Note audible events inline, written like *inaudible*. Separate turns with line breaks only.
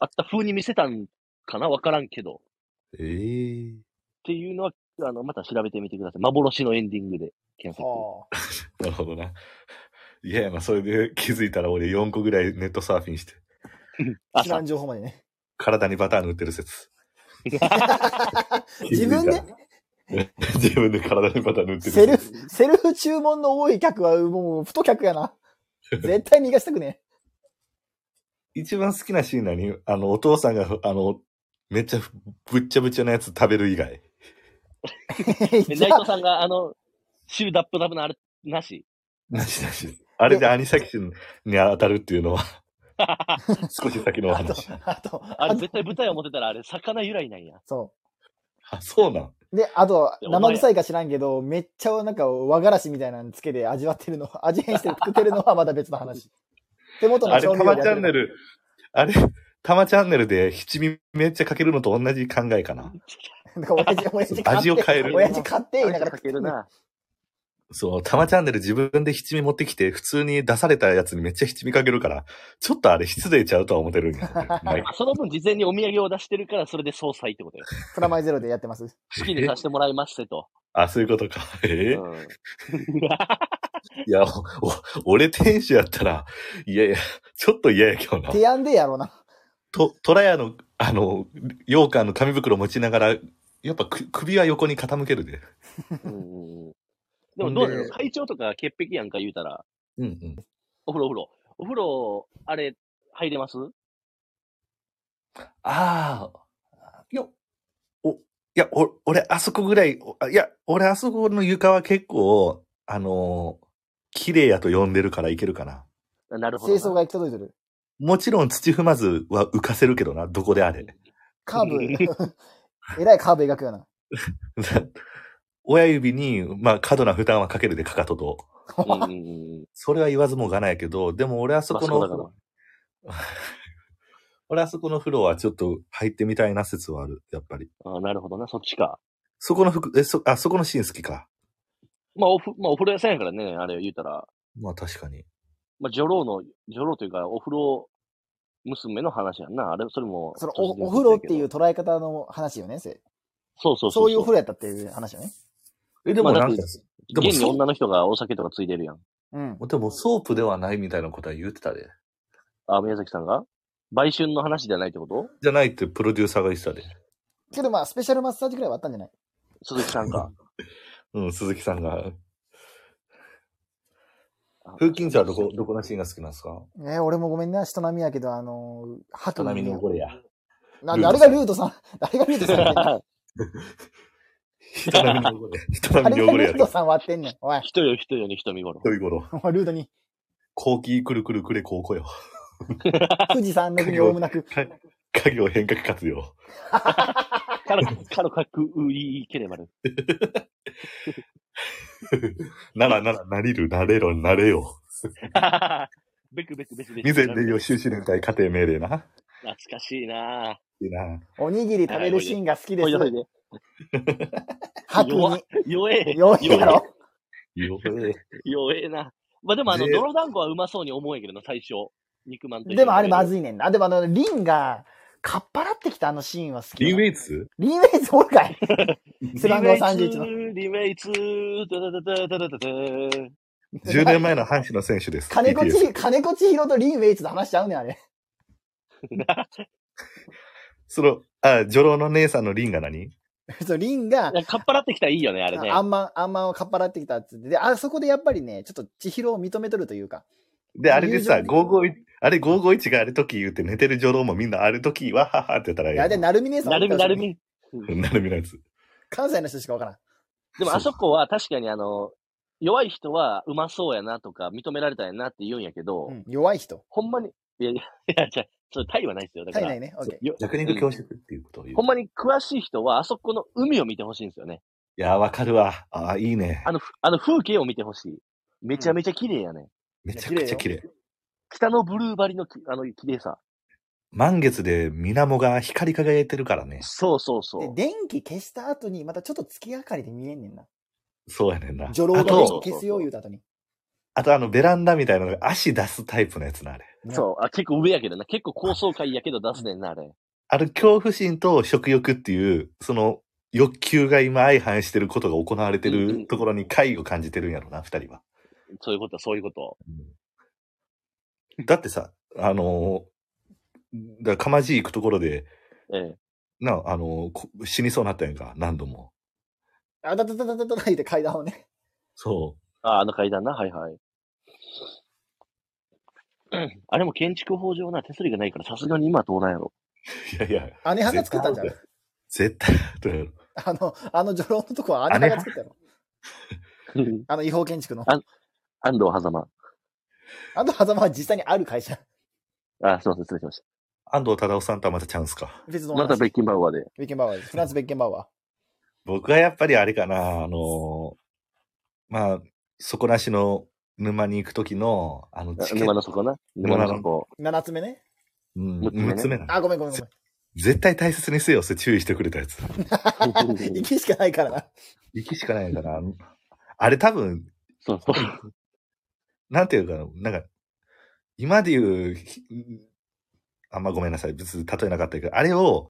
あった風に見せたんかなわからんけど。っ
ええ
ていうのは、あの、また調べてみてください。幻のエンディングで検索。
はあ。
なるほどな。 *laughs* いやいや、まあ、それで気づいたら俺4個ぐらいネットサーフィンして、
知
朝
らん情報ま
*laughs*
でね。
体にバター塗ってる説。
自分で、
*laughs* 自分で体にバター塗ってる
セルフ、セルフ注文の多い客はもう、太客
*laughs*
やな。絶対逃がしたくね
一番好きなシーン何あの、お父さんが、あの、めっちゃぶっちゃぶちゃなやつ食べる以外。
*laughs*
え。
で
じ
内
ゃ
藤
あ、
さんが、あの、シューダップダブのあれ、なし。
なしなし。あれでアニサキシンに当たるっていうのは、
*laughs*
少し先のお
あと
話。、
あと、
あれ、絶対舞台を持ってたら、あれ、魚由来なんや。
そ
あ、そうなん。
う。で、あと、
いや
生臭いか知らんけど、めっちゃなんか和がらしみたいなのつけて味わってるの、味変して作ってるのはまだ別
*laughs*
の話。手元
あ
の
れ、
調
た
味料
ま
で
チ
や
ャ
って
ン
る
ネル、あれ、たまチャンネルで七味めっちゃかけるのと同じ考えかな。
だから
*laughs*
親父、親父買って
味を変える
親父買って、言いながら
かけるな。
そう、たまチャンネル自分で七味持ってきて、普通に出されたやつにめっちゃ七味かけるから、ちょっとあれ失礼ちゃうとは思ってるんや。毎
*laughs*
回
あその分、事前にお土産を出してるから、それで総裁ってことよ。
プラマイゼロでやってます。
好きにさせてもらいましてと。
あ、そういうことか。
う
えー
ん、
いや、おお俺店主やったら、いやいや、ちょっと嫌やけどな。
提案でやろうな。
と、虎屋の、あの、羊羹の紙袋持ちながら、やっぱく首は横に傾けるで。
うんうんでもどうなの
で
会長とか潔癖やんか言うたら、
うんうん。
お風呂お風呂。お風呂、あれ、入れます
ああ。いや、お、いや、お、俺、あそこぐらい、おあいや、俺、あそこの床は結構、あのー綺麗やと呼んでるからいけるかな。
あなるほど
清
な。
掃が行き届いてる。
もちろん土踏まずは浮かせるけどな、どこであれ。 *laughs*
カーブ、 *laughs* えらいカーブ描くような。
親指に、まあ、過度な負担はかけるで、かかとと。
うんうんうんうん。
それは言わずもがなやけど、でも俺あそこの、
まあそうだから
俺あそこの風呂はちょっと入ってみたいな説はある、やっぱり。
あなるほどな、そっちか。
そこの服、え、そ、あ、そこのシーン好きか。
まあおふ、まあ、お風呂屋さんやからね、あれ言うたら。
まあ確かに。
まあ、女郎の、女郎というか、お風呂娘の話やんな。あれ、それも。
そのおお風呂っていう。捉え方の話よね。せ
そうそうそう。
そういうお風呂やったっていう話よね。
え、でも
まあ
なん
だ
か
っ、
でも
現に
そう
女の人がお酒とかついてるやん。
うん。
でもソープではないみたいなことは言ってたで。
あ、宮崎さんが売春の話じゃないってこと
じゃないってプロデューサーが言ってたで。
けどまあ、スペシャルマッサージくらいはあったんじゃない
鈴木さんか。
うん、鈴木さんが。
あ
*laughs* 風琴茶はどこ、どこのシーンが好きなんですか
えー俺もごめんな、人並みやけど、あのー、白
人並み
に
のこれや。
なんで、あれがルートさん、あれがルートさん *laughs* って。
*laughs* 人並みのこれ。人
あ
並み
れ
の
が
これ
ル
や
ー
で。
トさん割ってんねん。おい、
*laughs* 人よ人よに人見頃。
という頃。
お前ルートに、
後期くるくるくれ高校よ。
富士山の国おおむなく、
家業変革活用。
カロ、カロカクウイケレ
*laughs*
マル。
ならならなりる、なれろ、なれよ。
ベクベクベクベク。
未然で予習試練隊家庭命令な。
懐かしいない
いな。
おにぎり食べるシーンが好き
ぁ。
で
ほい
す
で。ほいで。
白
弱
に
っ、弱え。
弱いやろ。
よ
弱えな。まあでもあの、
ぜ
泥団子はうまそうに思うんやけどな、最初。肉まんと
でもあれま
い。
ずいねんな。でもあの、リンが、かっぱらってきたあのシーンは好き
リ
よ
ン
な。
ウェイ *laughs* ツ
リンウェイズおるかい背番号31の。
の。リメイツー、ダダダダダダダダー
?10 年前の阪神の選手です。
金子
BTS
ち、金子千尋とリンウェイツの話しちゃうねん、あれ。
その、あ、女郎の姉さんのリンが何
そう、リンが、
かっぱらってきたらいいよね、あれね。
あんまん、あんまんをかっぱらってきたっつって。で、あそこでやっぱりね、ちょっと千尋を認めとるというか。
で、あれでさ、
友情
551、あれ551がある時言うて寝てる女郎もみんなある時、わははって言ったら
い
え
や、で、
え。
なるみ姉さん
な
お
るみ
った
な
らし
る
い
み。
なるみのやつ。
関西の人しかわからん。
でもあそこは確かにあの、弱い人はうまそうやなとか認められたやなって言うんやけど、
うん弱い人。
ほんまに、いやいや、いや、じゃあそれタイはないですよ。だか
体
ら、
内ね。オッケ
よ
弱肉強食っていうことを言う。
ほんまに詳しい人は、あそこの海を見てほしいんですよね。
いや、わかるわ。あ、いいね
あ。の、ふあの風景を見てほしい。めちゃめちゃ綺麗やね。
めちゃくちゃ綺麗。
北のブルーバリのきあの綺麗さ。
満月で水面が光り輝いてるからね。
そうそうそ
ー。で、
う。
電気消した後に、またちょっと月明かりで見えんねんな。
そうやねんな。
女郎が
あ
電
と、
気消すよ、言うた後に。
あとあのベランダみたいなのが足出すタイプのやつな、あれ。
ね
そう。あ、結構上やけどな。結構高層階やけど出すねんな、あれ。
あの恐怖心と食欲っていう、その欲求が今相反してることが行われて
うんうん
るところに介を感じてるんやろな、二人は。
そういうこと、そういうこと。
だってさ、あのー、だかまじい行くところで、
ええ。
な、あのーこ死にそうになったやんか、何度も。
あたたたたたたたいて階段をね。
そ
あ、あの階段な、はいはい。 *clears throat* うんあれも建築法上な、手すりがないから、さすがに今はどうなんやろ。 *laughs*
う。いやいや、
姉派が作ったんじゃん。
絶対アウトやろ。
あの、あの女郎のとこは姉派が作ったの。あの違法建築の。
あ安藤狭間。
あと、狭間は実際にある会社。
あ、すいません、失礼しまし
安藤忠夫さんとはまたチャンスか。
別
た。
の話
またベッキンバウアーで。
ベッケンバウアーです。フランス・ベッケンバウアー。
僕はやっぱりあれかな、あのーまあ、底なしの沼に行く時の、あの、チケッ
沼の
ト、
底な。沼の底。
7つ目ね。
うん、
六つ目ね
6つ目な。
あ、ごめんごめんごめん。
絶対大切にせよ、それ注意してくれたやつ。
*laughs* 行きしかないからな。
行きしかないから、あれ多分、
そうそう。
なんていうかな、なんか、今で言う、ひあんまごめんなさい、別に例えなかったけど、あれを